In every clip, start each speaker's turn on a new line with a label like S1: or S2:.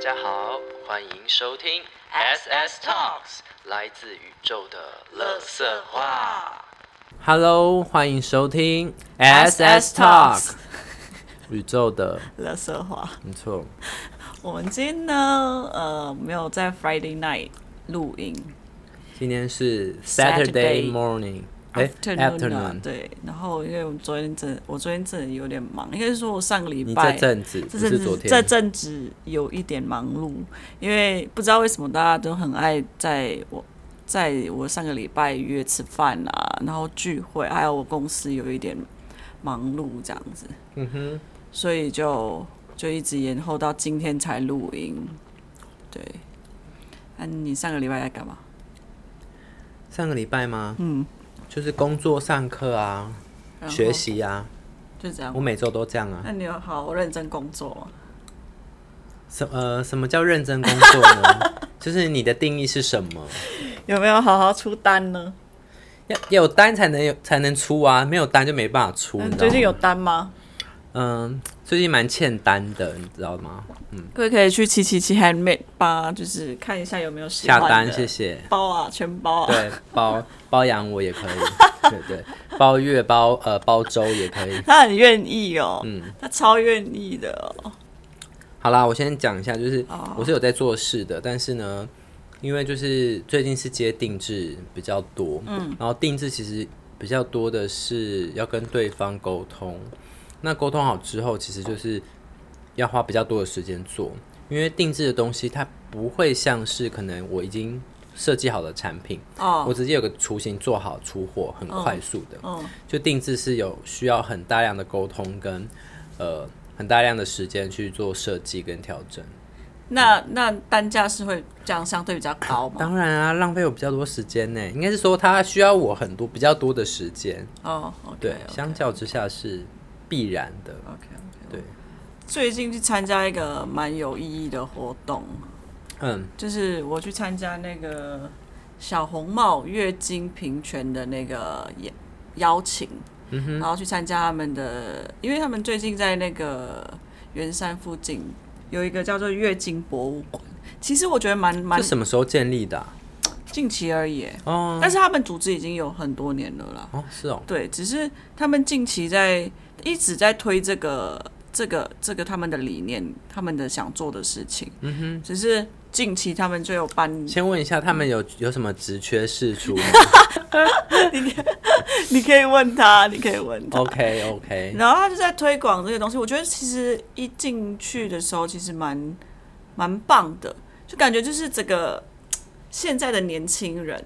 S1: 家好，欢迎收听 SS Talks，来自宇宙的乐色话。Hello，欢迎收听 SS Talks，宇宙的，
S2: 乐色话。
S1: 没错，
S2: 我们今天呢，呃，没有在 Friday night 录音
S1: 今天是 Saturday
S2: Saturday
S1: morning，哎
S2: ，afternoon 啊
S1: ，afternoon，
S2: 对。然后因为我昨天真，我昨天真的有点忙，应该是说我上个礼
S1: 你
S2: 拜
S1: 这阵子不
S2: 这
S1: 是
S2: 阵
S1: 昨
S2: 子这
S1: 天，
S2: 阵子有一点忙碌，因为不知道为什么大家都很爱在我在我上个礼拜约吃饭啊，然后聚会，还有我公司有一点忙碌这样子，
S1: 嗯哼，
S2: 所以就就一直延后到今天才录音。对，那、你上个礼拜在干嘛？
S1: 上个礼拜吗？
S2: 嗯，
S1: 就是工作、上课啊，
S2: 然后嗯
S1: 学习啊，
S2: 就这样
S1: 我。每周都这样啊。
S2: 那你有好认真工作吗？
S1: 什呃，什么叫认真工作呢？ 就是你的定义是什么？
S2: 有没有好好出单呢？
S1: 要要有单才能有才能出啊，没有单就没办法出，
S2: 那
S1: 你
S2: 你
S1: 知道
S2: 嗯最近
S1: 吗？
S2: 有单吗？
S1: 嗯，最近蛮欠单的，你知道吗？
S2: 各位可以去七七七 Handmade 吧，就是看一下有没有喜
S1: 下
S2: 欢的
S1: 单谢谢。
S2: 包啊，全包啊。
S1: 对，包包养我也可以，对对，包月包呃包周也可以。
S2: 他很愿意哦，
S1: 嗯
S2: 他超愿意的哦。
S1: 好啦，我先讲一下，就是我是有在做事的，但是呢，因为就是最近是接定制比较多，嗯，然后定制其实比较多的是要跟对方沟通，那沟通好之后，其实就是要花比较多的时间做，因为定制的东西它不会像是可能我已经设计好的产品，
S2: 哦，
S1: 我直接有个雏形做好出货，很快速的。
S2: 嗯
S1: 就定制是有需要很大量的沟通跟呃很大量的时间去做设计跟调整。
S2: 那那单价是会这样相对比较高吗？
S1: 当然啊，浪费我比较多时间呢，应该是说它需要我很多比较多的时间。
S2: 哦
S1: 对
S2: ，OK，
S1: 相较之下是必然的。
S2: OK OK。
S1: 对，
S2: 最近去参加一个蛮有意义的活动，
S1: 嗯，
S2: 就是我去参加那个小红帽月经平权的那个邀邀请，然后去参加他们的，因为他们最近在那个圆山附近有一个叫做月经博物馆，其实我觉得蛮蛮
S1: 这什么时候建立的啊、
S2: 近期而已耶，
S1: 哦
S2: 但是他们组织已经有很多年了啦。
S1: 哦，是哦，
S2: 对，只是他们近期在一直在推这个、这个、这个他们的理念，他们的想做的事情。嗯哼，只是近期他们就有搬，
S1: 先问一下他们有有什么职缺释出 吗
S2: 你可以问他，你可以问他。
S1: ？OK OK，
S2: 然后他就在推广这个东西，我觉得其实一进去的时候，其实蛮蛮棒的，就感觉就是这个现在的年轻人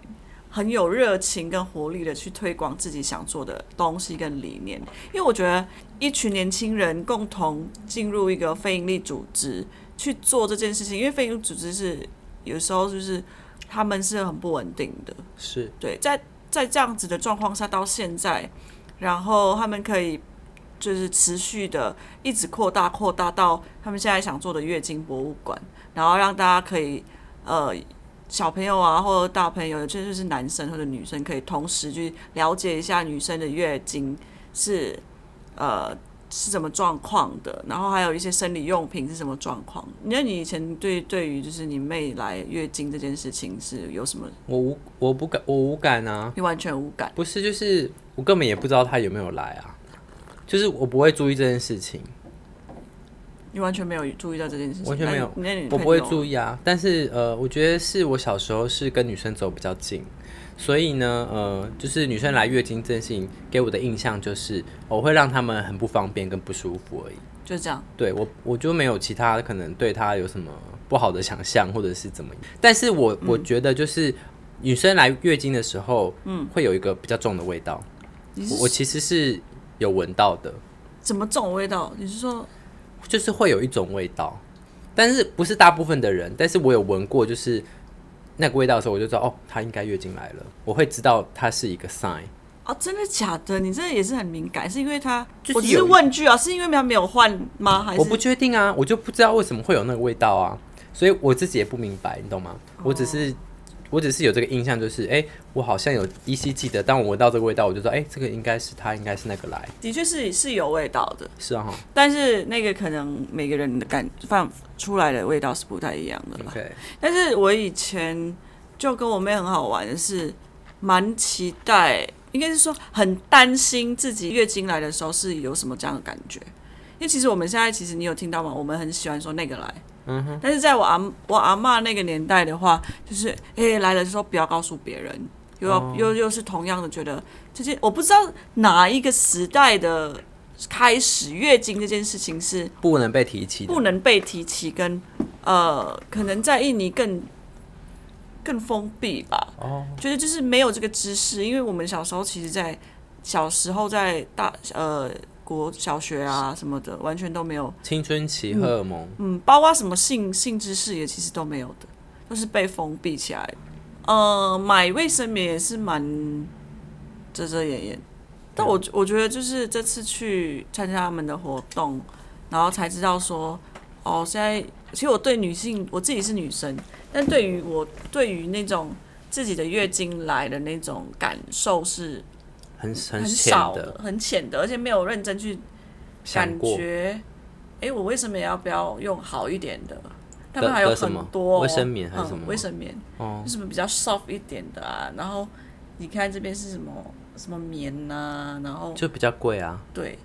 S2: 很有热情跟活力的去推广自己想做的东西跟理念，因为我觉得一群年轻人共同进入一个非营利组织去做这件事情，因为非营利组织是有时候就是他们是很不稳定的，
S1: 是
S2: 对，在在这样子的状况下到现在，然后他们可以就是持续的一直扩大扩大到他们现在想做的月经博物馆，然后让大家可以呃小朋友啊或者大朋友，尤其就是男生或者女生，可以同时去了解一下女生的月经是呃。是什么状况的？然后还有一些生理用品是什么状况？那你以前对对于就是你妹来月经这件事情是有什么？
S1: 我无我不敢我无感啊。
S2: 你完全无感？
S1: 不是，就是我根本也不知道他有没有来啊，就是我不会注意这件事情，
S2: 你完全没有注意到这件事情，
S1: 完全没有
S2: 那你
S1: 我不会
S2: 意。
S1: 注意啊。但是呃，我觉得是我小时候是跟女生走比较近，所以呢，呃，就是女生来月经这件事情给我的印象就是，我会让她们很不方便跟不舒服而已。
S2: 就这样，
S1: 对我，我就没有其他可能对她有什么不好的想象或者是怎么样。但是我
S2: 嗯
S1: 我觉得就是女生来月经的时候，嗯，会有一个比较重的味道，
S2: 你
S1: 我
S2: 是
S1: 我其实是有闻到的。
S2: 怎么这种味道？你是说
S1: 就是会有一种味道，但是不是大部分的人，但是我有闻过，就是那个味道的时候，我就知道哦，他应该月经来了，我会知道它是一个 sign。
S2: 哦，真的假的？你这也是很敏感，是因为他？
S1: 就是
S2: 我只是
S1: 有一
S2: 问句啊，是因为他没有换吗？还是
S1: 我不确定啊，
S2: 哦
S1: 我就不知道为什么会有那个味道啊，所以我自己也不明白，你懂吗？我只是。我只是有这个印象，就是哎、我好像有依稀记得，当我闻到这个味道，我就说哎、这个应该是它，应该是那个来，
S2: 的确是是有味道的，
S1: 是啊哈
S2: 但是那个可能每个人的感放出来的味道是不太一样的吧。
S1: ，OK，
S2: 但是我以前就跟我妹很好玩的是，蛮期待，应该是说很担心自己月经来的时候是有什么这样的感觉。因为其实我们现在其实你有听到吗？我们很喜欢说那个来，嗯哼。但是在我阿我阿嬷那个年代的话，就是诶、来的时候不要告诉别人，又要、又又是同样的觉得这件，我不知道哪一个时代的开始月经这件事情是
S1: 不能被提起的
S2: 不能被提起跟，呃，可能在印尼更更封闭吧。
S1: 哦，
S2: 觉得就是没有这个知识，因为我们小时候其实在小时候在大呃国小学啊什么的，完全都没有，
S1: 青春期荷尔蒙，
S2: 嗯，包括什么性性知识也其实都没有的，都是被封闭起来的。呃，买卫生棉也是蛮遮遮掩掩，但
S1: 啊
S2: 我我觉得就是这次去参加他们的活动，然后才知道说，哦，现在其实我对女性，我自己是女生，但对于我对于那种自己的月经来的那种感受是
S1: 很很
S2: 很
S1: 浅
S2: 少
S1: 的，
S2: 很浅的，而且没有认真去
S1: 想
S2: 感
S1: 过
S2: 觉，哎、我为什么要不要用好一点的？他
S1: 的
S2: 们还有
S1: 的什
S2: 很
S1: 么
S2: 多哦
S1: 卫生棉还是什么
S2: 嗯卫、生棉，
S1: 哦
S2: 有，什么比较 soft 一点的啊？然后你看这边是什么什么棉呐、然后
S1: 就比较贵啊，
S2: 对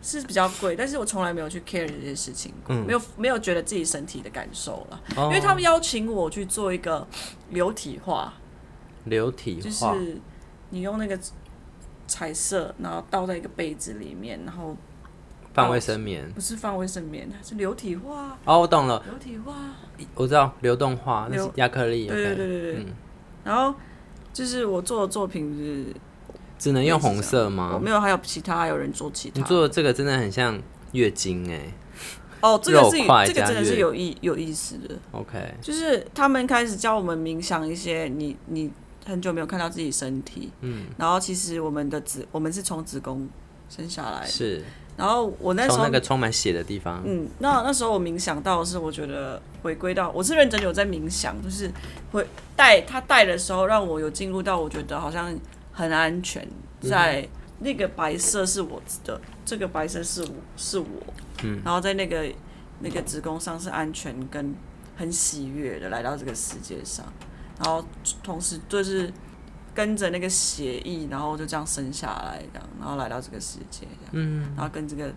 S2: 是比较贵，但是我从来没有去 care 这些事情过，没有没有觉得自己身体的感受了，
S1: 嗯哦
S2: 因为他们邀请我去做一个流体画，
S1: 流体
S2: 就
S1: 化，
S2: 是你用那个彩色，然后倒在一个杯子里面，然后
S1: 放卫生棉。
S2: 不是放卫生棉，是流体画，
S1: 哦，我懂了，
S2: 流体画，
S1: 我知道流动化那
S2: 流
S1: 是亚克力，
S2: 对对
S1: OK
S2: 对对
S1: 嗯
S2: 对，然后就是我做的作品是，
S1: 只能用红色
S2: 我
S1: 吗？
S2: 没有还有其他还有人做其
S1: 你
S2: 他，
S1: 做的这个真的很像月经哎、
S2: 哦，这个是
S1: 肉块
S2: 这个
S1: 加
S2: 真的
S1: 月
S2: 是有意有意思的。
S1: OK，
S2: 就是他们开始教我们冥想一些你你很久没有看到自己身体，嗯，然后其实我们的子我们是从子宫生下来，
S1: 是
S2: 然后我那时
S1: 从
S2: 候
S1: 那个充满血的地方，
S2: 嗯，那那时候我冥想到的是，我觉得回归到我是认真有在冥想，就是回带他带的时候，让我有进入到我觉得好像很安全，在那个白色是我的，这个白色是我是我，嗯，然后在那个那个子宫上是安全跟很喜悦的来到这个世界上，然后同时就是跟着那个血意，然后就这样生下来，这样，然后来到这个世界，这样，嗯，然后跟这个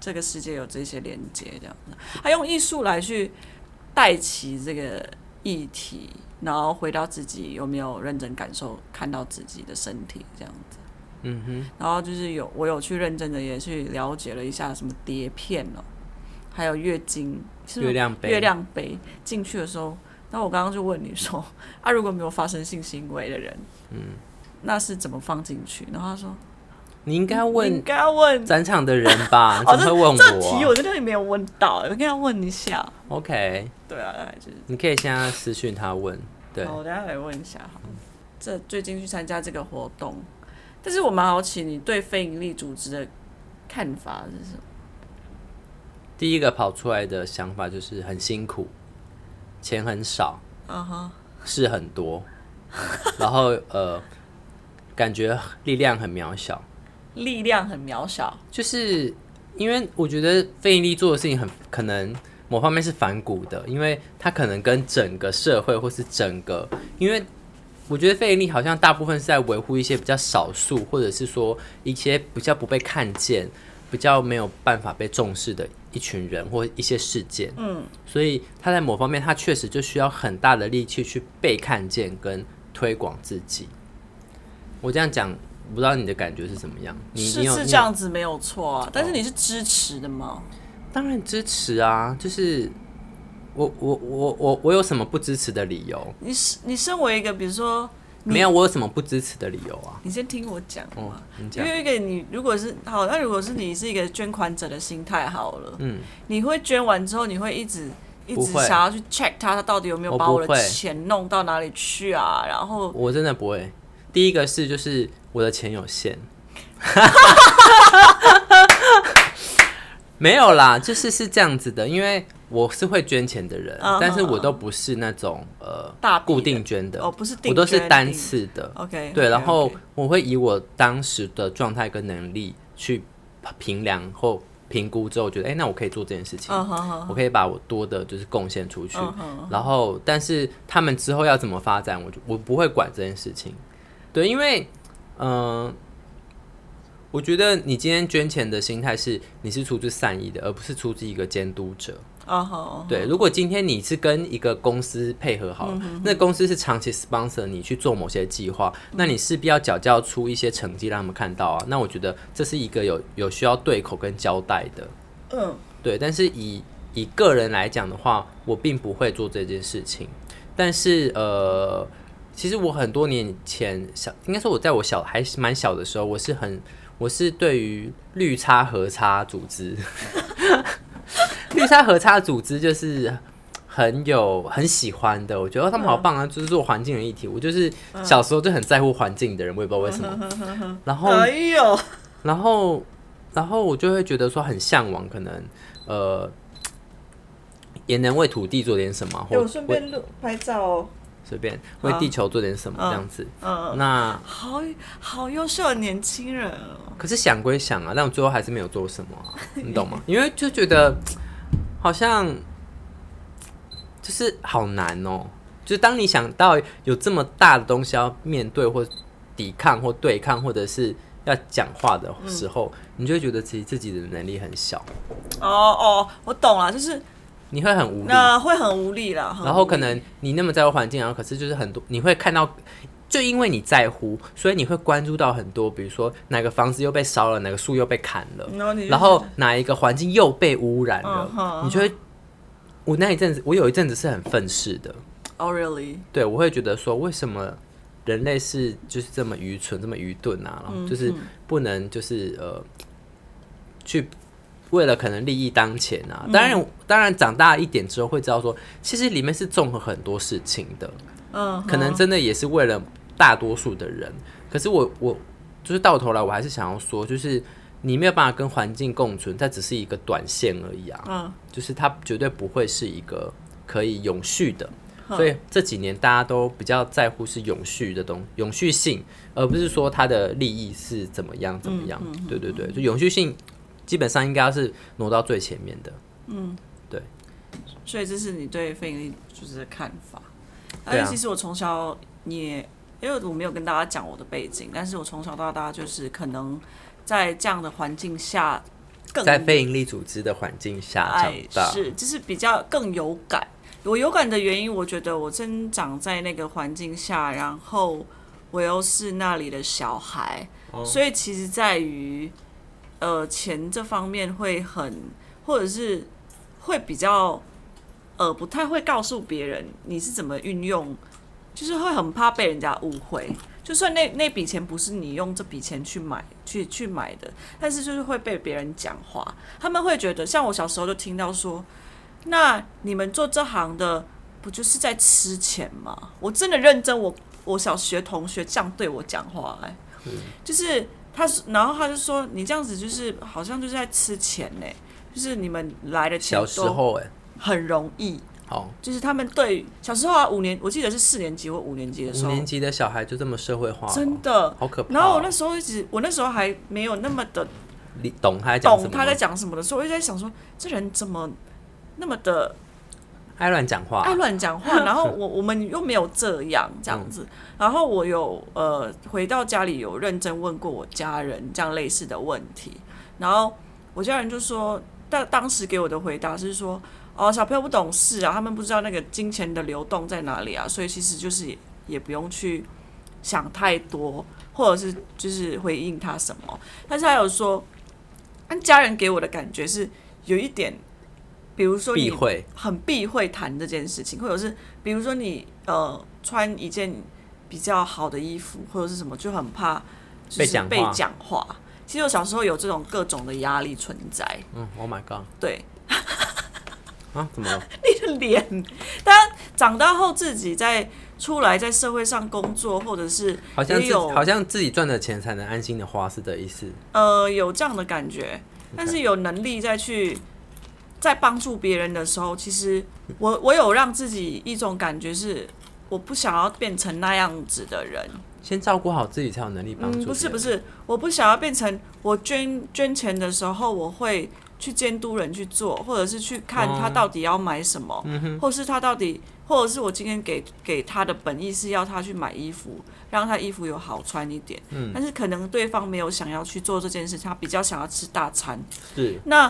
S2: 这个世界有这些连接，这样子，他用艺术来去带起这个议题，然后回到自己有没有认真感受，看到自己的身体这样子，
S1: 嗯哼，
S2: 然后就是有我有去认真的也去了解了一下什么碟片哦，还有月经，是不
S1: 月
S2: 是
S1: 亮杯
S2: 月亮杯进去的时候，那我刚刚就问你说， 啊，如果没有发生性行为的人，嗯，那是怎么放进去？然后他说，
S1: 你应该
S2: 你
S1: 问
S2: 应该要问，
S1: 展场的人吧，你
S2: 嗯哦，
S1: 怎么
S2: 这
S1: 会问
S2: 这
S1: 我
S2: 题
S1: 啊
S2: 我真的没有问到，我应该要问一下。
S1: ？OK，
S2: 对啊，大概就是，
S1: 你可以现在私讯他问，对
S2: 好，我等一下来问一下好了。这最近去参加这个活动，但是我蛮好奇你对非营利组织的看法是什么？
S1: 第一个跑出来的想法就是很辛苦，钱很少，
S2: 嗯哼。
S1: 事很多，然后呃，感觉力量很渺小，
S2: 力量很渺小，
S1: 就是因为我觉得费力做的事情很可能某方面是反骨的，因为他可能跟整个社会或是整个，因为我觉得费力好像大部分是在维护一些比较少数，或者是说一些比较不被看见、比较没有办法被重视的一群人或一些事件。嗯，所以他在某方面，他确实就需要很大的力气去被看见跟推广自己。我这样讲，我不知道你的感觉是怎么样？你
S2: 是
S1: 你有
S2: 是
S1: 你
S2: 这样子没有错啊。但是你是支持的吗？
S1: 当然支持啊，就是我我我我我有什么不支持的理由？
S2: 你是你身为一个，比如说，
S1: 没有，我有什么不支持的理由啊？
S2: 你先听我讲
S1: 哦
S2: 嘛。，
S1: 你讲
S2: 因，为一个你如果是好，那如果是你是一个捐款者的心态好了，
S1: 嗯，
S2: 你会捐完之后，你会一直一
S1: 不
S2: 直
S1: 会
S2: 想要去 check 他，他到底有没有
S1: 我
S2: 把
S1: 不
S2: 我的
S1: 会
S2: 钱弄到哪里去啊？然后
S1: 我真的不会。第一个是就是我的钱有限， 没有啦，就是是这样子的，因为我是会捐钱的人
S2: 嗯
S1: 但是我都不是那种呃
S2: 大笔的
S1: 固定捐的，
S2: 哦不是定
S1: 我都是
S2: 捐
S1: 单
S2: 定
S1: 次的。
S2: OK，
S1: 对，然后我会以我当时的状态跟能力去评量或评估之后，觉得哎、诶那我可以做这件事情
S2: 嗯哼哼
S1: 我可以把我多的就是贡献出去
S2: 嗯哼
S1: 然后但是他们之后要怎么发展，我就我不会管这件事情。对，因为嗯、呃我觉得你今天捐钱的心态是你是出自善意的，而不是出自一个监督者。
S2: 哦好，嗯
S1: 对，如果今天你是跟一个公司配合好了，那公司是长期 sponsor 你去做某些计划，
S2: 嗯
S1: 那你势必要缴交出一些成绩让他们看到啊。那我觉得这是一个有有需要对口跟交代的，
S2: 嗯，
S1: 对。但是以以个人来讲的话，我并不会做这件事情。但是呃，其实我很多年前小，应该说我在我小还是蛮小的时候，我是很我是对于绿叉和叉组织， 绿叉和叉组织就是很有很喜欢的，我觉得、哦他们好棒啊，就是做环境的议题。我就是小时候就很在乎环境的人，我也不知道为什么。然后
S2: 哎呦，
S1: 然后，然后我就会觉得说很向往，可能呃，也能为土地做点什么，
S2: 哎
S1: 或
S2: 我顺
S1: 为
S2: 便录拍照哦，
S1: 随便为地球做点什么这样子。
S2: 嗯，
S1: 那
S2: 好好优秀的年轻人哦，
S1: 可是想归想啊，但我最后还是没有做什么 啊、你懂吗？因为就觉得好像就是好难哦、就是当你想到有这么大的东西要面对或抵抗或对抗，或者是要讲话的时候，
S2: 嗯
S1: 你就会觉得其实自己的能力很小，
S2: 哦哦，我懂了，就是
S1: 你会很无力。
S2: 那会很无力啦，很
S1: 然后
S2: 无
S1: 可
S2: 力
S1: 能你那么在乎环境，然后可是就是很多你会看到，就因为你在乎，所以你会关注到很多，比如说哪个房子又被烧了，哪个树又被砍了，
S2: 然后你就
S1: 然后哪一个环境又被污染
S2: 嗯哼
S1: 了，你就会。我那一阵子，我有一阵子是很愤世的，
S2: 哦 really，
S1: 对我会觉得说，为什么人类是就是这么愚蠢、这么愚钝啊？然后就是不能就是呃，去为了可能利益当前啊。当然，当然长大一点之后会知道说，其实里面是综合很多事情的，
S2: 嗯，
S1: 可能真的也是为了大多数的人。可是我我就是到头来，我还是想要说，就是你没有办法跟环境共存，它只是一个短线而已啊。
S2: 嗯
S1: 就是它绝对不会是一个可以永续的。
S2: 嗯
S1: 所以这几年大家都比较在乎是永续的东永续性，而不是说它的利益是怎么样怎么样。
S2: 嗯
S1: 对对对，就永续性基本上应该是挪到最前面的。
S2: 嗯所以这是你对非盈利组织的看法。而
S1: 对啊
S2: 且其实我从小也，因为我没有跟大家讲我的背景，但是我从小到大就是可能在这样的环境下更
S1: 在非营利组织的环境下长
S2: 哎
S1: 大，
S2: 是就是比较更有感。我有感的原因，我觉得我生长在那个环境下，然后我又是那里的小孩，
S1: 哦
S2: 所以其实在于呃钱这方面会很，或者是会比较呃不太会告诉别人你是怎么运用，就是会很怕被人家误会。就算那那笔钱不是你用这笔钱去买去去买的，但是就是会被别人讲话，他们会觉得，像我小时候就听到说，那你们做这行的不就是在吃钱吗？我真的认真，我我小学同学这样对我讲话、哎，
S1: 嗯
S2: 就是他是，然后他就说你这样子就是好像就是在吃钱呢、就是你们来的钱
S1: 小时
S2: 都
S1: 候哎、
S2: 很容易，
S1: 好。
S2: 就是他们对小时候啊五年，我记得是四年级或五年级的时
S1: 五
S2: 候，
S1: 年级的小孩就这么社会化、哦，
S2: 真的。
S1: 好可怕哦、哦
S2: 然后我那时候一直，我那时候还没有那么的
S1: 你懂他在讲什
S2: 懂
S1: 么？
S2: 他在讲什么的时候，我就在想说，这人怎么那么的
S1: 爱乱讲话
S2: 爱，乱讲话？ 然后我我们又没有这样这样
S1: 嗯
S2: 子。然后我有呃回到家里有认真问过我家人这样类似的问题，然后我家人就说，但当时给我的回答是说，哦，小朋友不懂事啊，他们不知道那个金钱的流动在哪里啊，所以其实就是也也不用去想太多，或者是就是回应他什么。但是还有说，但家人给我的感觉是有一点，比如说你
S1: 避讳
S2: 很避讳谈这件事情，或者是比如说你呃穿一件比较好的衣服或者是什么，就很怕就
S1: 被
S2: 是
S1: 讲
S2: 被
S1: 话
S2: 讲话。其实我小时候有这种各种的压力存在，
S1: 嗯，Oh my god，
S2: 对，
S1: 啊，怎么了？
S2: 脸。但长大后自己在出来在社会上工作，或者是
S1: 好像
S2: 也
S1: 自
S2: 有
S1: 好像自己赚的钱才能安心的花，是这意思？
S2: 呃有这样的感觉。但是有能力再去在帮助别人的时候，其实我我有让自己一种感觉是，我不想要变成那样子的人。
S1: 先照顾好自己才有能力帮助、
S2: 嗯，不是不，是，我不想要变成我捐捐钱的时候，我会去监督人去做，或者是去看他到底要买什么，
S1: 嗯
S2: 或是他到底，或者是我今天给给他的本意是要他去买衣服，让他衣服有好穿一点。
S1: 嗯
S2: 但是可能对方没有想要去做这件事，他比较想要吃大餐。
S1: 是
S2: 那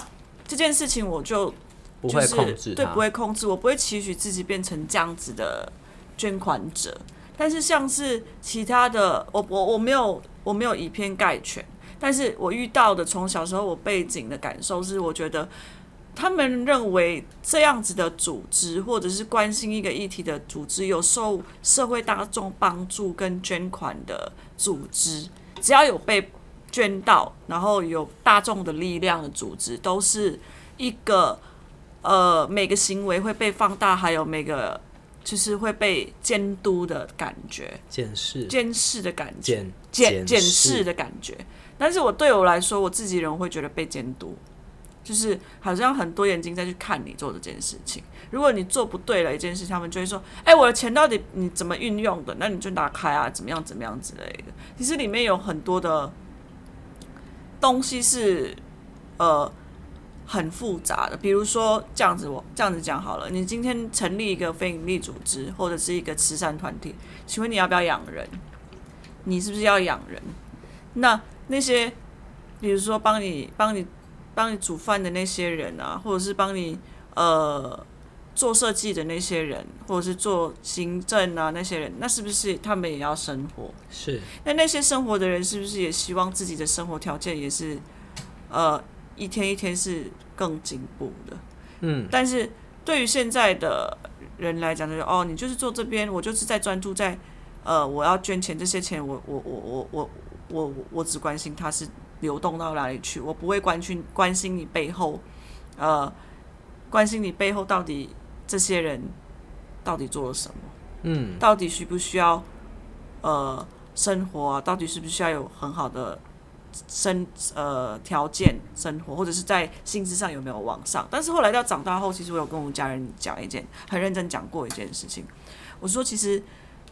S2: 这件事情我就
S1: 不
S2: 就
S1: 会
S2: 是
S1: 控制
S2: 对，
S1: 它
S2: 不会控制，我不会期许自己变成这样子的捐款者。但是像是其他的，我我我没有我没有以偏概全，但是我遇到的从小时候我背景的感受是，我觉得他们认为这样子的组织或者是关心一个议题的组织，有受社会大众帮助跟捐款的组织，只要有被捐到，然后有大众的力量的组织，都是一个呃每个行为会被放大，还有每个就是会被监督的感觉、
S1: 检视
S2: 监视的感觉、
S1: 检
S2: 检检视
S1: 视
S2: 的感觉。但是我对我来说，我自己人会觉得被监督，就是好像很多眼睛在去看你做这件事情。如果你做不对了一件事，他们就会说：“哎、我的钱到底你怎么运用的？那你就拿开啊，怎么样怎么样之类的。”其实里面有很多的东西是呃很复杂的，比如说这样子我，这样子讲好了，你今天成立一个非营利组织或者是一个慈善团体，请问你要不要养人？你是不是要养人？那那些比如说帮你帮你帮你煮饭的那些人啊，或者是帮你呃做设计的那些人，或者是做行政啊那些人，那是不是他们也要生活？
S1: 是
S2: 那那些生活的人是不是也希望自己的生活条件也是，呃，一天一天是更进步的？
S1: 嗯，
S2: 但是对于现在的人来讲，就是哦，你就是做这边，我就是在专注在，呃，我要捐钱这些钱，我我我我我我我只关心它是流动到哪里去，我不会关心关心你背后，呃，关心你背后到底这些人到底做了什么。
S1: 嗯
S2: 到底需不需要呃生活啊？到底需不需要有很好的生呃条件生活，或者是在薪资上有没有往上？但是后来到长大后，其实我有跟我家人讲一件很认真讲过一件事情，我说其实。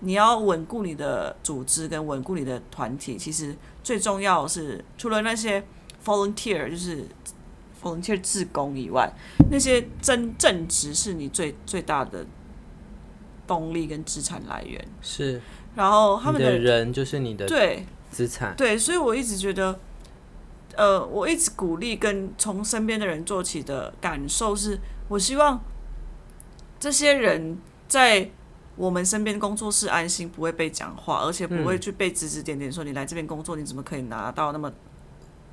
S2: 你要稳固你的组织跟稳固你的团体，其实最重要的是除了那些 volunteer 就是 volunteer 志工以外，那些真正职是你最最大的动力跟资产来源。
S1: 是，
S2: 然后他
S1: 你
S2: 们
S1: 的
S2: 的
S1: 人就是你的
S2: 对
S1: 资产，
S2: 对，所以我一直觉得，呃，我一直鼓励跟从身边的人做起的感受是，我希望这些人在我们身边工作是安心，不会被讲话，而且不
S1: 嗯
S2: 会去被指指点点说你来这边工作，你怎么可以拿到那么。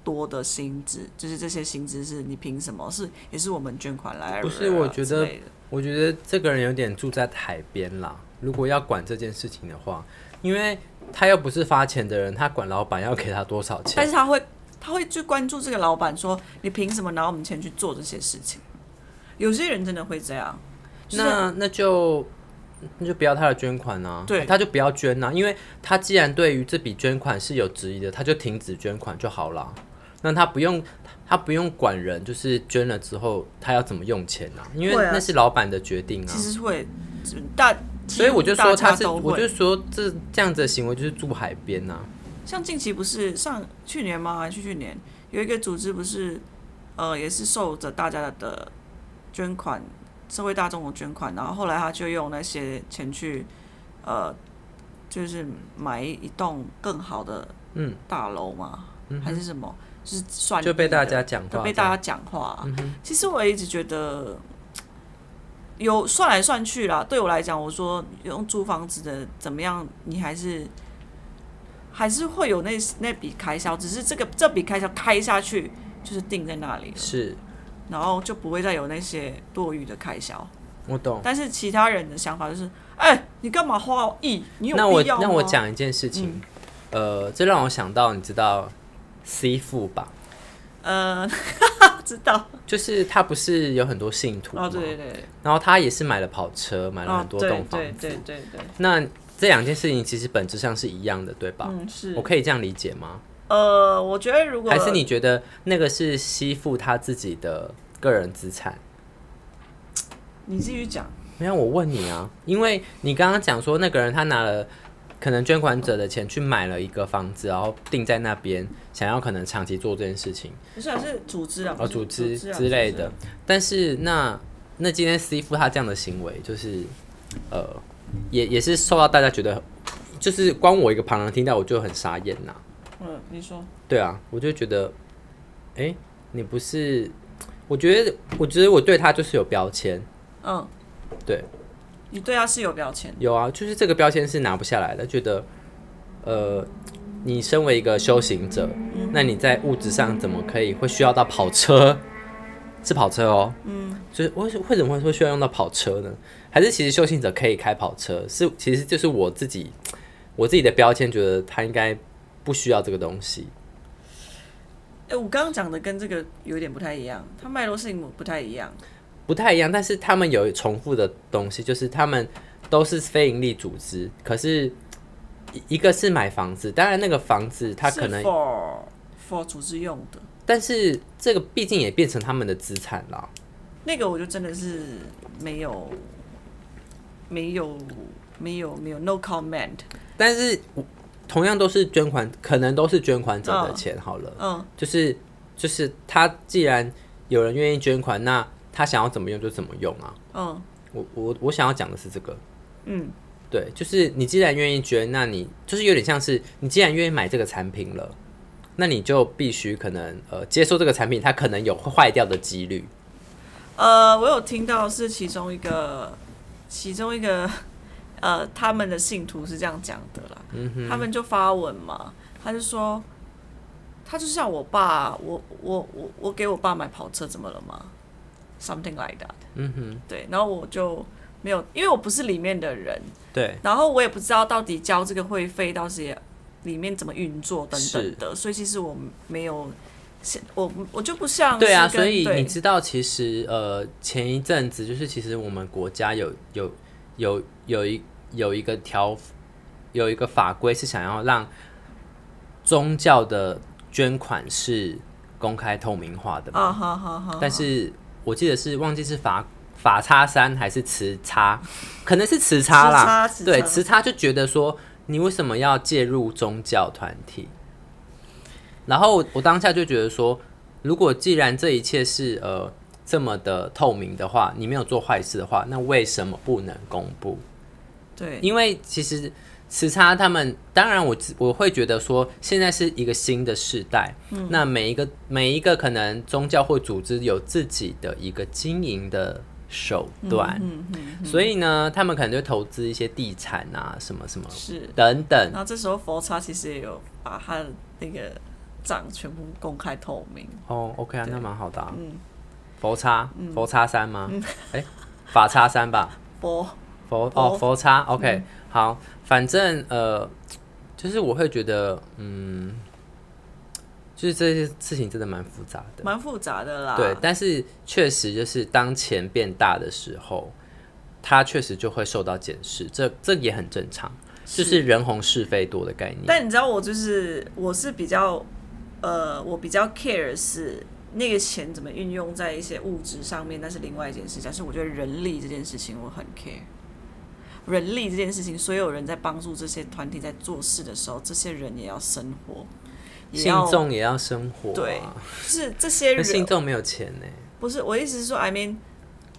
S2: 多的薪资，就是这些薪资是你凭什么？是也是我们捐款来的啊之
S1: 不
S2: 类的。
S1: 是我觉得我觉得这个人有点住在海边啦。如果要管这件事情的话，因为他又不是发钱的人，他管老板要给他多少
S2: 但
S1: 钱。
S2: 是他会他会去关注这个老板说，你凭什么拿我们钱去做这些事情？有些人真的会这样，就是
S1: 那那就那就不要他的捐款啊，
S2: 对
S1: 他就不要捐啊呐、因为他既然对于这笔捐款是有质疑的，他就停止捐款就好啦。那他不用他不用管人，就是捐了之后他要怎么用钱啊？因为
S2: 会啊
S1: 那是老板的决定啊。
S2: 其实会嗯大，
S1: 所以我就说
S2: 大
S1: 他
S2: 家
S1: 是，
S2: 都
S1: 我
S2: 会
S1: 就。说这这样子的行为就是住海边呐、啊
S2: 像近期不是上去年吗？还是去年有一个组织不是，呃，也是受着大家的捐款，社会大众的捐款，然后后来他就用那些钱去，呃，就是买一栋更好的
S1: 嗯
S2: 大楼嘛，还是什么，就是算
S1: 就被
S2: 低的
S1: 大家讲话这
S2: 都
S1: 样，
S2: 被大家讲话、啊
S1: 嗯
S2: 其实我一直觉得，有算来算去啦，对我来讲，我说用租房子的怎么样，你还是还是会有那那笔开销，只是这个这笔开销开下去就是定在那里了，
S1: 是
S2: 然后就不会再有那些多余的开销。
S1: 我懂。
S2: 但是其他人的想法就是，哎、你干嘛花亿？你有
S1: 那我
S2: 必要吗？嗯
S1: 那我讲一件事情，呃，这让我想到，你知道 C 父吧？
S2: 呃，知道
S1: 就是他不是有很多信徒
S2: 哦，
S1: 吗？
S2: 对对对，
S1: 然后他也是买了跑车，买了
S2: 哦
S1: 很，多
S2: 对
S1: 栋房
S2: 对
S1: 子。
S2: 对对对，
S1: 那这两件事情其实本质上是一样的，对吧？
S2: 嗯，是
S1: 我可以这样理解吗？
S2: 呃，我觉得如果
S1: 还是你觉得那个是吸附他自己的个人资产？
S2: 你继续讲，
S1: 没有，我问你啊，因为你刚刚讲说那个人他拿了可能捐款者的钱去买了一个房子，然后定在那边，想要可能长期做这件事情，
S2: 不是啊是组织啊，
S1: 哦，组织
S2: 啊
S1: 之类的
S2: 组织。
S1: 但是那那今天 C 夫他这样的行为，就是呃，也也是受到大家觉得，就是光我一个旁人听到我就很傻眼呐、
S2: 嗯，你说
S1: 对啊，我就觉得，哎、你不是，我觉得，我觉得我对他就是有标签，
S2: 嗯，
S1: 对，
S2: 你对他是有标签，
S1: 有啊，就是这个标签是拿不下来的，觉得，呃，你身为一个修行者，那你在物质上怎么可以会需要到跑车？是跑车哦，嗯，就是为什为什么会说需要用到跑车呢？还是其实修行者可以开跑车？是其实就是我自己我自己的标签，觉得他应该不需要这个东西。
S2: 哎、我刚刚讲的跟这个有点不太一样，他脉络性不太一样，
S1: 不太一样，但是他们有重复的东西，就是他们都是非营利组织，可是一一个是买房子，当然那个房子他可能
S2: 是，for for 组织用的，
S1: 但是这个毕竟也变成他们的资产啦。
S2: 那个我就真的是没有没有没有没有 no comment，
S1: 但是我同样都是捐款，可能都是捐款者的
S2: 嗯
S1: 钱好了，
S2: 嗯
S1: 就是就是他既然有人愿意捐款，那他想要怎么用就怎么用啊。
S2: 嗯
S1: 我我我想要讲的是这个，
S2: 嗯，
S1: 对，就是你既然愿意捐，那你就是有点像是你既然愿意买这个产品了，那你就必须可能呃接受这个产品，它可能有会坏掉的几率。
S2: 呃，我有听到是其中一个其中一个 呃他们的信徒是这样讲的啦，
S1: 嗯
S2: 他们就发文嘛，他就说。他就像我爸，我我我我给我爸买跑车，怎么了吗？Something like that。
S1: 嗯哼，
S2: 对，然后我就没有，因为我不是里面的人，
S1: 对，
S2: 然后我也不知道到底交这个会费到底也里面怎么运作等等的，所以其实我没有，我我就不像
S1: 对啊，
S2: 是跟
S1: 所以
S2: 对
S1: 你知道其实呃前一阵子就是其实我们国家有有有有一有一个条有一个法规是想要让宗教的捐款是公开透明化的嘛
S2: 啊，好好好，
S1: 但是我记得是忘记是法法叉三还是慈 叉，可能是慈叉啦。
S2: 慈叉慈叉
S1: 对，慈叉就觉得说你为什么要介入宗教团体？然后我我当下就觉得说，如果既然这一切是呃这么的透明的话，你没有做坏事的话，那为什么不能公布？
S2: 对，
S1: 因为其实时差他们，当然我自我会觉得说，现在是一个新的时代，
S2: 嗯
S1: 那每一个每一个可能宗教或组织有自己的一个经营的手段，
S2: 嗯嗯，
S1: 所以呢，他们可能就投资一些地产啊，什么什么
S2: 是。嗯
S1: 等等
S2: 然。后这时候佛差其实也有把他的那个账全部公开透明，
S1: 哦，OK 啊，那蛮好的、啊。
S2: 嗯
S1: 佛叉，佛叉三吗？哎、法叉三吧。
S2: 佛
S1: 佛哦
S2: 佛
S1: 佛叉，OK，、好，
S2: 嗯
S1: 反正呃，就是我会觉得，嗯，就是这些事情真的蛮复杂的，
S2: 蛮复杂的啦，
S1: 对，但是确实就是当钱变大的时候，它确实就会受到检视，这这也很正常，就是人红是非多的概念，
S2: 但你知道我就是我是比较呃，我比较 care 的是那个钱怎么运用在一些物质上面，那是另外一件事。但是我觉得人力这件事情我很 care。人力这件事情，所有人在帮助这些团体在做事的时候，这些人也要生活，也
S1: 信
S2: 要
S1: 众也要生活、啊，
S2: 对就是这些
S1: 那信
S2: 人
S1: 众没有钱呢、
S2: 不是我意思是说，I mean，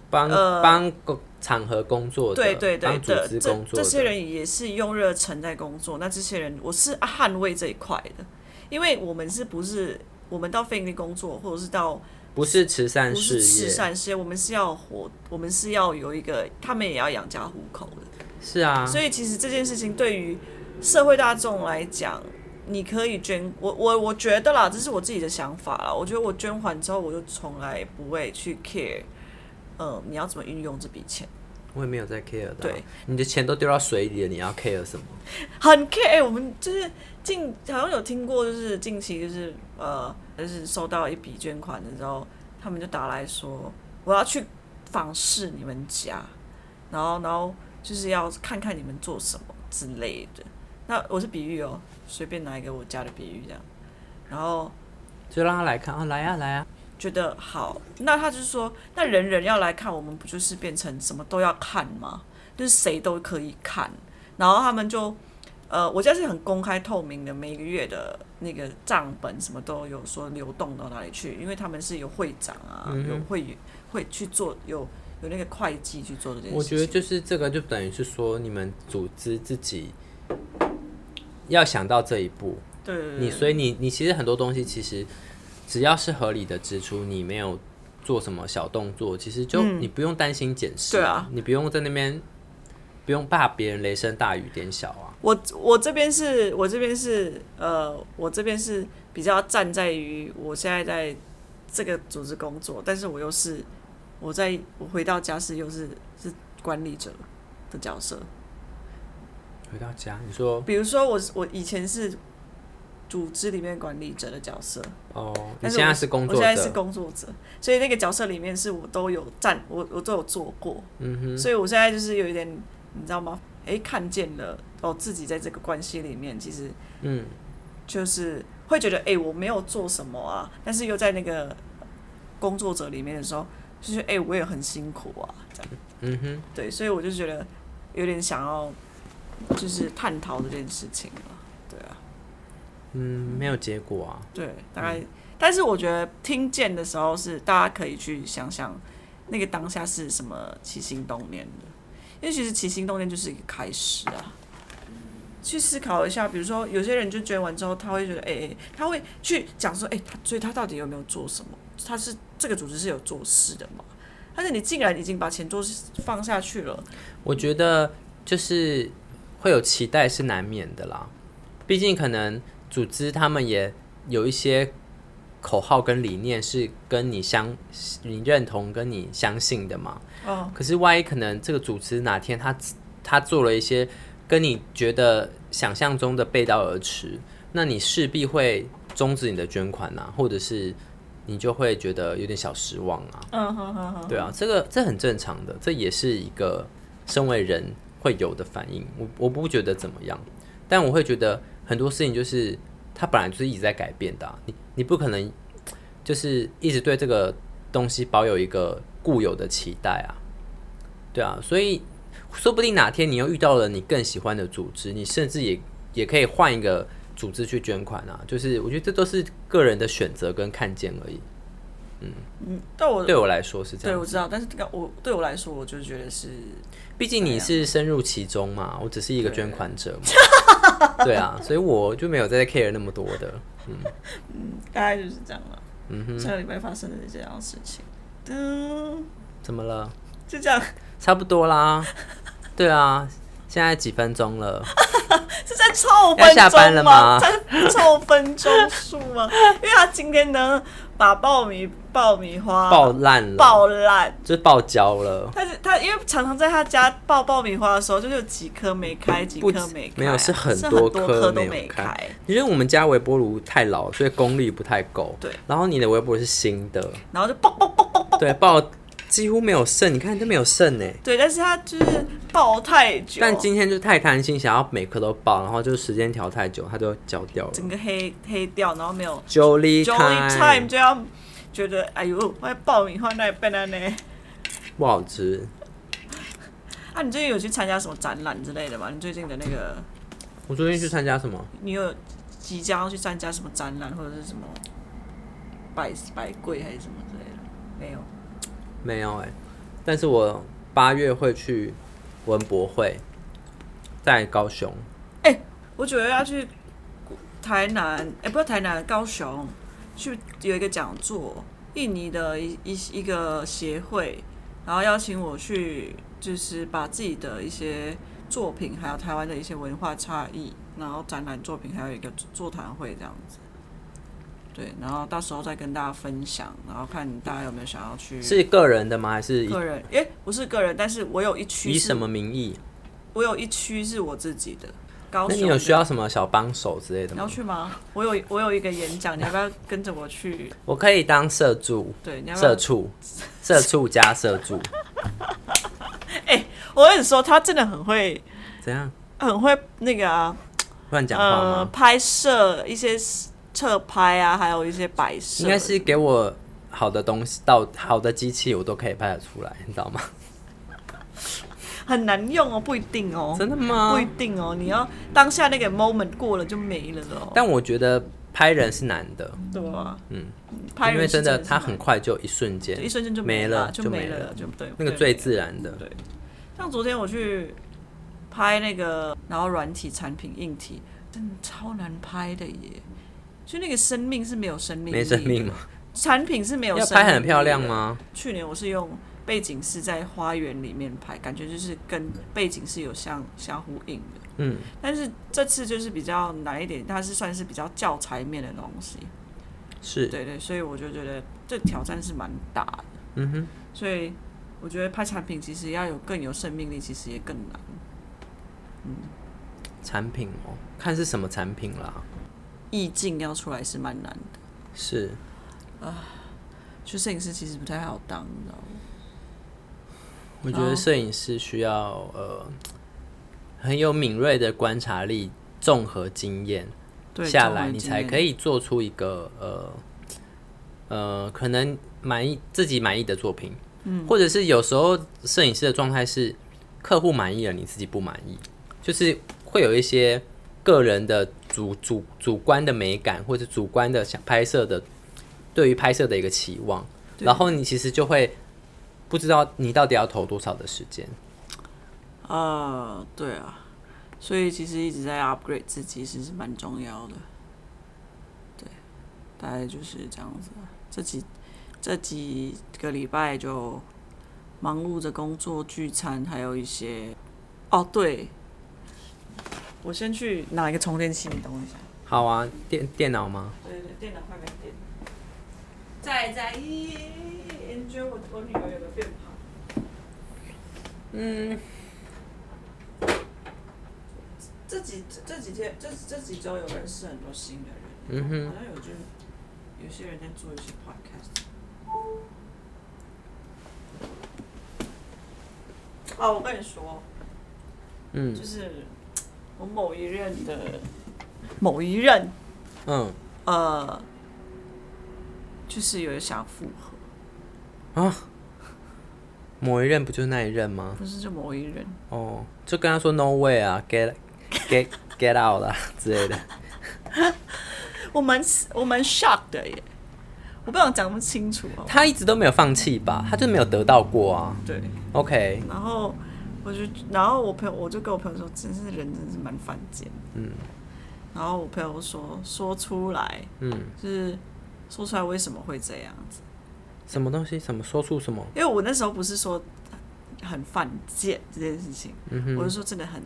S1: 帮
S2: 呃
S1: 帮工场合工作的，
S2: 对对对
S1: 帮组
S2: 的，
S1: 织
S2: 这
S1: 工作
S2: 这
S1: 的，
S2: 些人也是用热忱在工作。那这些人，我是捍卫这一块的，因为我们是不是我们到非营利工作，或者是到
S1: 不是慈善
S2: 不
S1: 事
S2: 是慈
S1: 业，
S2: 善事业，我们是要活，我们是要有一个，他们也要养家糊口的。
S1: 是啊，
S2: 所以其实这件事情对于社会大众来讲，你可以捐，我我我觉得啦，这是我自己的想法啦。我觉得我捐款之后，我就从来不会去 care，呃，你要怎么运用这笔钱，
S1: 我也没有在 care 的、啊。
S2: 对，
S1: 你的钱都丢到水里了，你要 care 什么？
S2: 很 care、我哎们就是近好像有听过，就是近期就是呃，就是收到一笔捐款的时候，他们就打来说我要去访视你们家，然后然后就是要看看你们做什么之类的。那我是比喻哦，随便拿一个我家的比喻这样。然后
S1: 就让他来看啊，来啊来啊，
S2: 觉得好，那他就是说，那人人要来看，我们不就是变成什么都要看吗？就是谁都可以看，然后他们就，呃，我家是很公开透明的，每个月的那个账本什么都有说流动到哪里去，因为他们是有会长啊，
S1: 嗯哼
S2: 有会员会去做，有有那个会计去做这件事情。
S1: 我觉得就是这个，就等于是说你们组织自己要想到这一步，
S2: 对对对
S1: 你所以你你其实很多东西其实只要是合理的支出，你没有做什么小动作，其实就、你不用担心检视，
S2: 嗯对啊，
S1: 你不用在那边不用怕别人雷声大雨点小啊，
S2: 我我这边是我这边是呃，我这边是比较站在于我现在在这个组织工作，但是我又是我在我回到家是又是是管理者的角色。
S1: 回到家你说
S2: 比如说我是我以前是组织里面管理者的角色，
S1: 哦，你
S2: 但
S1: 现
S2: 我
S1: 在是工作
S2: 我现在是
S1: 者，
S2: 工作者，所以那个角色里面是我都有站，我我都有做过，
S1: 嗯哼，
S2: 所以我现在就是有一点，你知道吗？诶，看见了哦，自己在这个关系里面其实。
S1: 嗯，
S2: 就是会觉得，哎、我没有做什么啊，但是又在那个工作者里面的时候，就是，哎、我也很辛苦啊，这样，
S1: 嗯哼。
S2: 对，所以我就觉得有点想要，就是探讨这件事情了，对啊，
S1: 嗯，没有结果啊。
S2: 对，大概，但是我觉得听见的时候是大家可以去想想那个当下是什么起心动念的，因为其实起心动念就是一个开始啊。去思考一下，比如说有些人就捐完之后，他会觉得，哎、哎、他会去讲说，哎、他所以他到底有没有做什么？他是这个组织是有做事的嘛？但是你竟然已经把钱做放下去了，
S1: 我觉得就是会有期待是难免的啦，毕竟可能组织他们也有一些口号跟理念是跟你相你认同跟你相信的嘛。
S2: 哦，
S1: 可是万一可能这个组织哪天他他做了一些跟你觉得想象中的背道而驰，那你势必会终止你的捐款呐、或者是你就会觉得有点小失望啊。
S2: 嗯哼哼哼，
S1: 对啊，这个这很正常的，这也是一个身为人会有的反应。我我不觉得怎么样，但我会觉得很多事情就是它本来就是一直在改变的啊、你你不可能就是一直对这个东西保有一个固有的期待啊，对啊，所以说不定哪天你又遇到了你更喜欢的组织，你甚至也也可以换一个组织去捐款啊。就是我觉得这都是个人的选择跟看见而已。
S2: 嗯，但我
S1: 对我来说是这样子。
S2: 对我知道，但是这个我对我来说，我就觉得是啊
S1: 毕竟你是深入其中嘛，我只是一个捐款者嘛， 对啊，所以我就没有在 care 那么多的。
S2: 大概就是这样了。
S1: 嗯哼，
S2: 上个礼拜发生的这样的事情，嗯，
S1: 怎么了？
S2: 就这样，
S1: 差不多啦，对啊，现在几分钟了，
S2: 是在凑分
S1: 要下班了
S2: 钟吗？
S1: 吗
S2: 在凑分钟数吗？ 因为他今天呢，把爆米爆米花
S1: 爆烂了，
S2: 爆烂，
S1: 就是爆焦了，
S2: 但是他因为常常在他家爆爆米花的时候，就是有几颗没开，几
S1: 不
S2: 颗没开啊、
S1: 没有是很
S2: 多
S1: 多
S2: 颗
S1: 颗
S2: 都
S1: 没有
S2: 没
S1: 开因为我们家微波炉太老，所以功率不太够。
S2: 对，
S1: 然后你的微波炉是新的，
S2: 然后就爆爆爆爆爆。
S1: 对，爆几乎没有剩，你看都没有剩呢。
S2: 对，但是他就是爆太久，
S1: 但今天就太贪心，想要每颗都爆，然后就时间调太久，它就焦掉了。
S2: 整个黑黑掉，然后没有
S1: Jolly
S2: Jolly
S1: time
S2: Time 就要觉得哎呦，我爆米花那笨蛋呢？
S1: 不好吃。
S2: 啊，你最近有去参加什么展览之类的吗？你最近的那个，
S1: 我昨天去参加什么？
S2: 你有即将要去参加什么展览或者是什么百百柜还是什么之类的？没有。
S1: 没有哎、但是我八月会去文博会，在高雄。
S2: 嗯我觉得要去台南，哎、不是台南，高雄去有一个讲座，印尼的一一一个协会，然后邀请我去，就是把自己的一些作品，还有台湾的一些文化差异，然后展览作品，还有一个座谈会这样子。对，然后到时候再跟大家分享，然后看大家有没有想要去
S1: 是个人的吗？还是以
S2: 个人，哎、不是个人，但是我有一区
S1: 以
S2: 是
S1: 什，么名义？
S2: 我有一区是我自己的。高
S1: 那
S2: 雄
S1: 你有
S2: 的
S1: 需要什么小帮手之类的
S2: 你要
S1: 吗？
S2: 去吗？我有我有一个演讲，你要不要跟着我 去？
S1: 我可以当社助、
S2: 对，你要不要
S1: 社？畜、社畜加社 助，
S2: 我跟你说，他真的很会，
S1: 怎样？
S2: 很会那个啊，
S1: 乱讲话
S2: 呃，
S1: 吗？
S2: 拍摄一些侧拍啊，还有一些摆设。
S1: 应该是给我好的东西，到好的机器我都可以拍得出来，你知道吗？
S2: 哦很难用哦，不一定哦，
S1: 真的吗
S2: 不一定哦，你要当下那个 moment 过了就没了哦。
S1: 但我觉得拍人是难的，
S2: 对啊，
S1: 嗯，
S2: 拍
S1: 因
S2: 人
S1: 为
S2: 是
S1: 真的
S2: 是
S1: 它
S2: 难
S1: 很快就一瞬间，
S2: 对一瞬间就
S1: 没
S2: 了，就
S1: 就
S2: 没
S1: 了，
S2: 就对
S1: 那个
S2: 对
S1: 最自然的，
S2: 对。像昨天我去拍那个，然后软体产品、硬体，真的超难拍的耶。就那个生命是没有生命，
S1: 没生命，嘛，
S2: 产品是没有
S1: 要
S2: 生
S1: 拍很
S2: 命
S1: 漂亮
S2: 力的？
S1: 吗？
S2: 去年我是用背景是在花园里面拍，感觉就是跟背景是有相相呼应的。
S1: 嗯，
S2: 但是这次就是比较难一点，它是算是比较教材面的东西，
S1: 是，
S2: 对对，所以我就觉得这挑战是蛮大的，
S1: 嗯哼，
S2: 所以我觉得拍产品其实要有更有生命力，其实也更难。
S1: 产品哦，看是什么产品啦，
S2: 意境要出来是蛮难的，
S1: 是，
S2: 就摄影师其实不太好当，你知道吗？
S1: 我
S2: 哦
S1: 觉得摄影师需要呃很有敏锐的观察力，综合经验
S2: 对，
S1: 下来，你才可
S2: 以。
S1: 以做出一个呃呃可能满意自己满意的作品。嗯，或者是有时候摄影师的状态是客户满意了，你自己不满意，就是会有一些个人的主主主观的美感，或者主观的想拍摄的对于拍摄的一个期望，
S2: 对
S1: 然后你其实就会不知道你到底要投多少的时间。
S2: 呃，对啊，所以其实一直在 upgrade 自己，其实蛮重要的。对，大概就是这样子啊。这几这几个礼拜就忙碌着工作、聚餐，还有一些哦，对，我先去拿一个充电器，你等我一下。
S1: 好啊，电电脑吗？
S2: 对对，电脑快没电。仔仔一 enjoy 我我女儿有个变胖。
S1: 嗯，
S2: 这几这这几天这这几周有认识很多新的人，
S1: 嗯哼
S2: 好像有就有些人在做一些 podcast。哦，我跟你说，
S1: 嗯
S2: 就是我某一任的某一任，
S1: 嗯
S2: 呃，就是有想复合，
S1: 啊，某一任不就是那一任吗？
S2: 不是就某一任，
S1: 哦，就跟他说 no way 啊，get get get out 啦、之类的。
S2: 我蛮我蛮 shock 的耶，我不想讲那么清楚哦，
S1: 他一直都没有放弃吧？他就没有得到过啊。
S2: 对。
S1: OK，
S2: 然后我就，然后我朋友我就跟我朋友说，真是人真是蛮犯贱。
S1: 嗯。
S2: 然后我朋友说说出来，
S1: 嗯，
S2: 就是说出来为什么会这样子？
S1: 什么东西？什么说出什么？
S2: 因为我那时候不是说很犯贱这件事情，
S1: 嗯哼
S2: 我就说真的很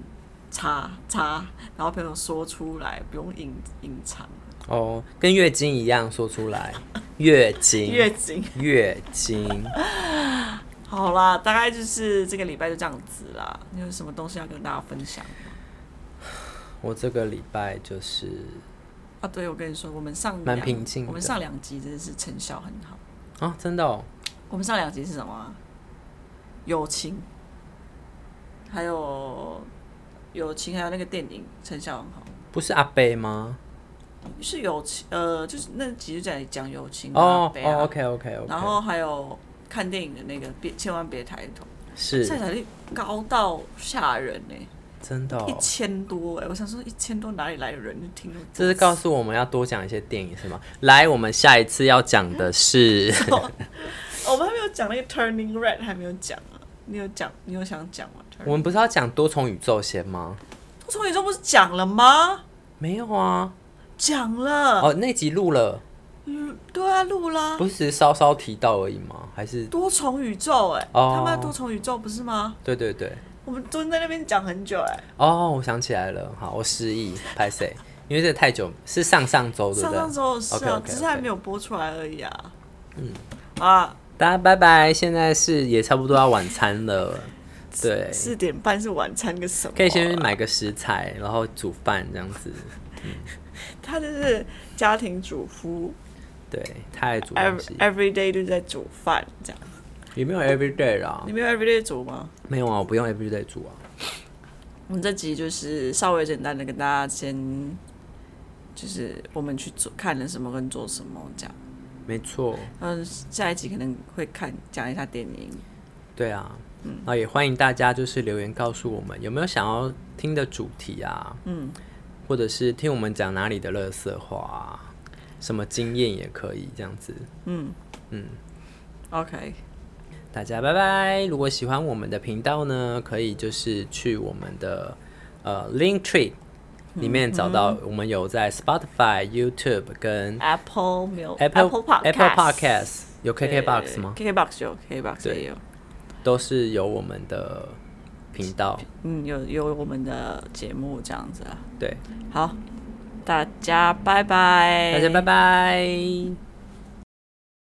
S2: 差差。然后朋友说出来，不用隐隐藏，
S1: 哦，跟月经一样说出 来，月经，
S2: 月经。
S1: 月经。
S2: 好啦，大概就是这个礼拜就这样子啦。你有什么东西要跟大家分享？
S1: 我这个礼拜就是
S2: 啊，对，我跟你说，我们上
S1: 蛮
S2: 两
S1: 平静的
S2: 我们上两集真的是成效很好。
S1: 啊，真的哦，
S2: 我们上两集是什么啊？友情，还有友情，还有那个电影成效很好，
S1: 不是阿贝吗？
S2: 是友情，呃，就是那集就在讲友情啊
S1: 哦
S2: 北啊
S1: 哦，OK OK OK，
S2: 然后还有看电影的那个别千万别抬头，下
S1: 是
S2: 载率高到吓人呢、
S1: 真的、
S2: 一
S1: 哦，
S2: 千多哎、我想说一千多哪里来的人就听了
S1: 这是告诉我们要多讲一些电影是吗？来，我们下一次要讲的 是
S2: 哦我们还没有讲那个 Turning Red 还没有讲啊，你有讲你有想讲吗？
S1: 我们不是要讲多重宇宙线吗？
S2: 从宇宙不是讲了吗？
S1: 没有啊，
S2: 讲了
S1: 哦，那集录了，
S2: 嗯，对啊，录啦。
S1: 不是只是稍稍提到而已吗？还是
S2: 多重宇宙、哎、
S1: 哦
S2: 他们要多重宇宙不是吗？
S1: 对对对，
S2: 我们蹲在那边讲很久、哎，
S1: 哦，我想起来了，好，我失忆，拍谁？因为这太久，是上上周对不
S2: 上
S1: 对？
S2: 上周的事啊
S1: OK，OK，OK
S2: 只是还没有播出来而已啊。嗯，啊，
S1: 大家拜拜，现在是也差不多要晚餐了，对，
S2: 四点半是晚餐个什么啊？
S1: 可以先去买个食材，然后煮饭这样子。
S2: 他就是家庭主妇
S1: 对，他爱煮东
S2: ，every
S1: 西，
S2: every day 就在煮饭这样。
S1: 也没有 every day 啦
S2: 你，没有 every day 煮吗？
S1: 没有啊，我不用 every day 煮啊。
S2: 我们这集就是稍微简单的跟大家先就是我们去做看了什么跟做什么这样。
S1: 没错，
S2: 嗯，下一集可能会看讲一下电影。
S1: 对啊，
S2: 嗯
S1: 然后也欢迎大家就是留言告诉我们有没有想要听的主题啊，
S2: 嗯，
S1: 或者是听我们讲哪里的乐色话啊，什么经验也可以这样子。
S2: 嗯
S1: 嗯，
S2: OK，
S1: 大家拜拜！如果喜欢我们的频道呢，可以就是去我们的呃 Link Tree 里面找到我们有在 Spotify、YouTube 跟
S2: Apple 没有
S1: 嗯 Apple
S2: Podcast
S1: Apple Podcast 有 KKBox
S2: 对
S1: 吗？
S2: ？KKBox 有，KKBox
S1: 对
S2: 也有。
S1: 都是有我们的频道。
S2: 嗯，有有我们的节目这样子啊。
S1: 对，
S2: 好，大家拜拜，
S1: 大家拜拜。